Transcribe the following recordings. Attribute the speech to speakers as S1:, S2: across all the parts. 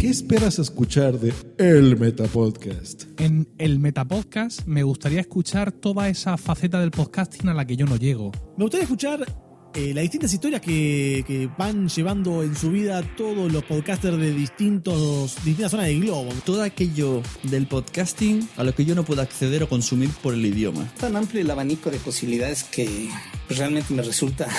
S1: ¿Qué esperas escuchar de El Meta Podcast?
S2: En el Metapodcast me gustaría escuchar toda esa faceta del podcasting a la que yo no llego.
S3: Me gustaría escuchar eh, las distintas historias que, que van llevando en su vida todos los podcasters de distintos, distintas zonas del globo.
S4: todo aquello del podcasting a lo que yo no puedo acceder o consumir por el idioma.
S5: tan amplio el abanico de posibilidades que pues, realmente me resulta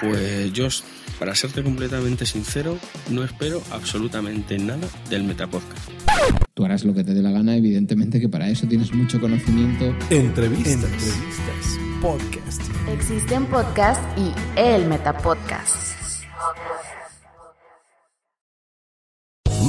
S6: Pues yo, para serte completamente sincero, no espero absolutamente nada del Metapodcast.
S7: Tú harás lo que te dé la gana, evidentemente que para eso tienes mucho conocimiento.
S1: Entrevistas.
S3: Entrevistas, podcast.
S8: Existen podcast y el Metapodcast.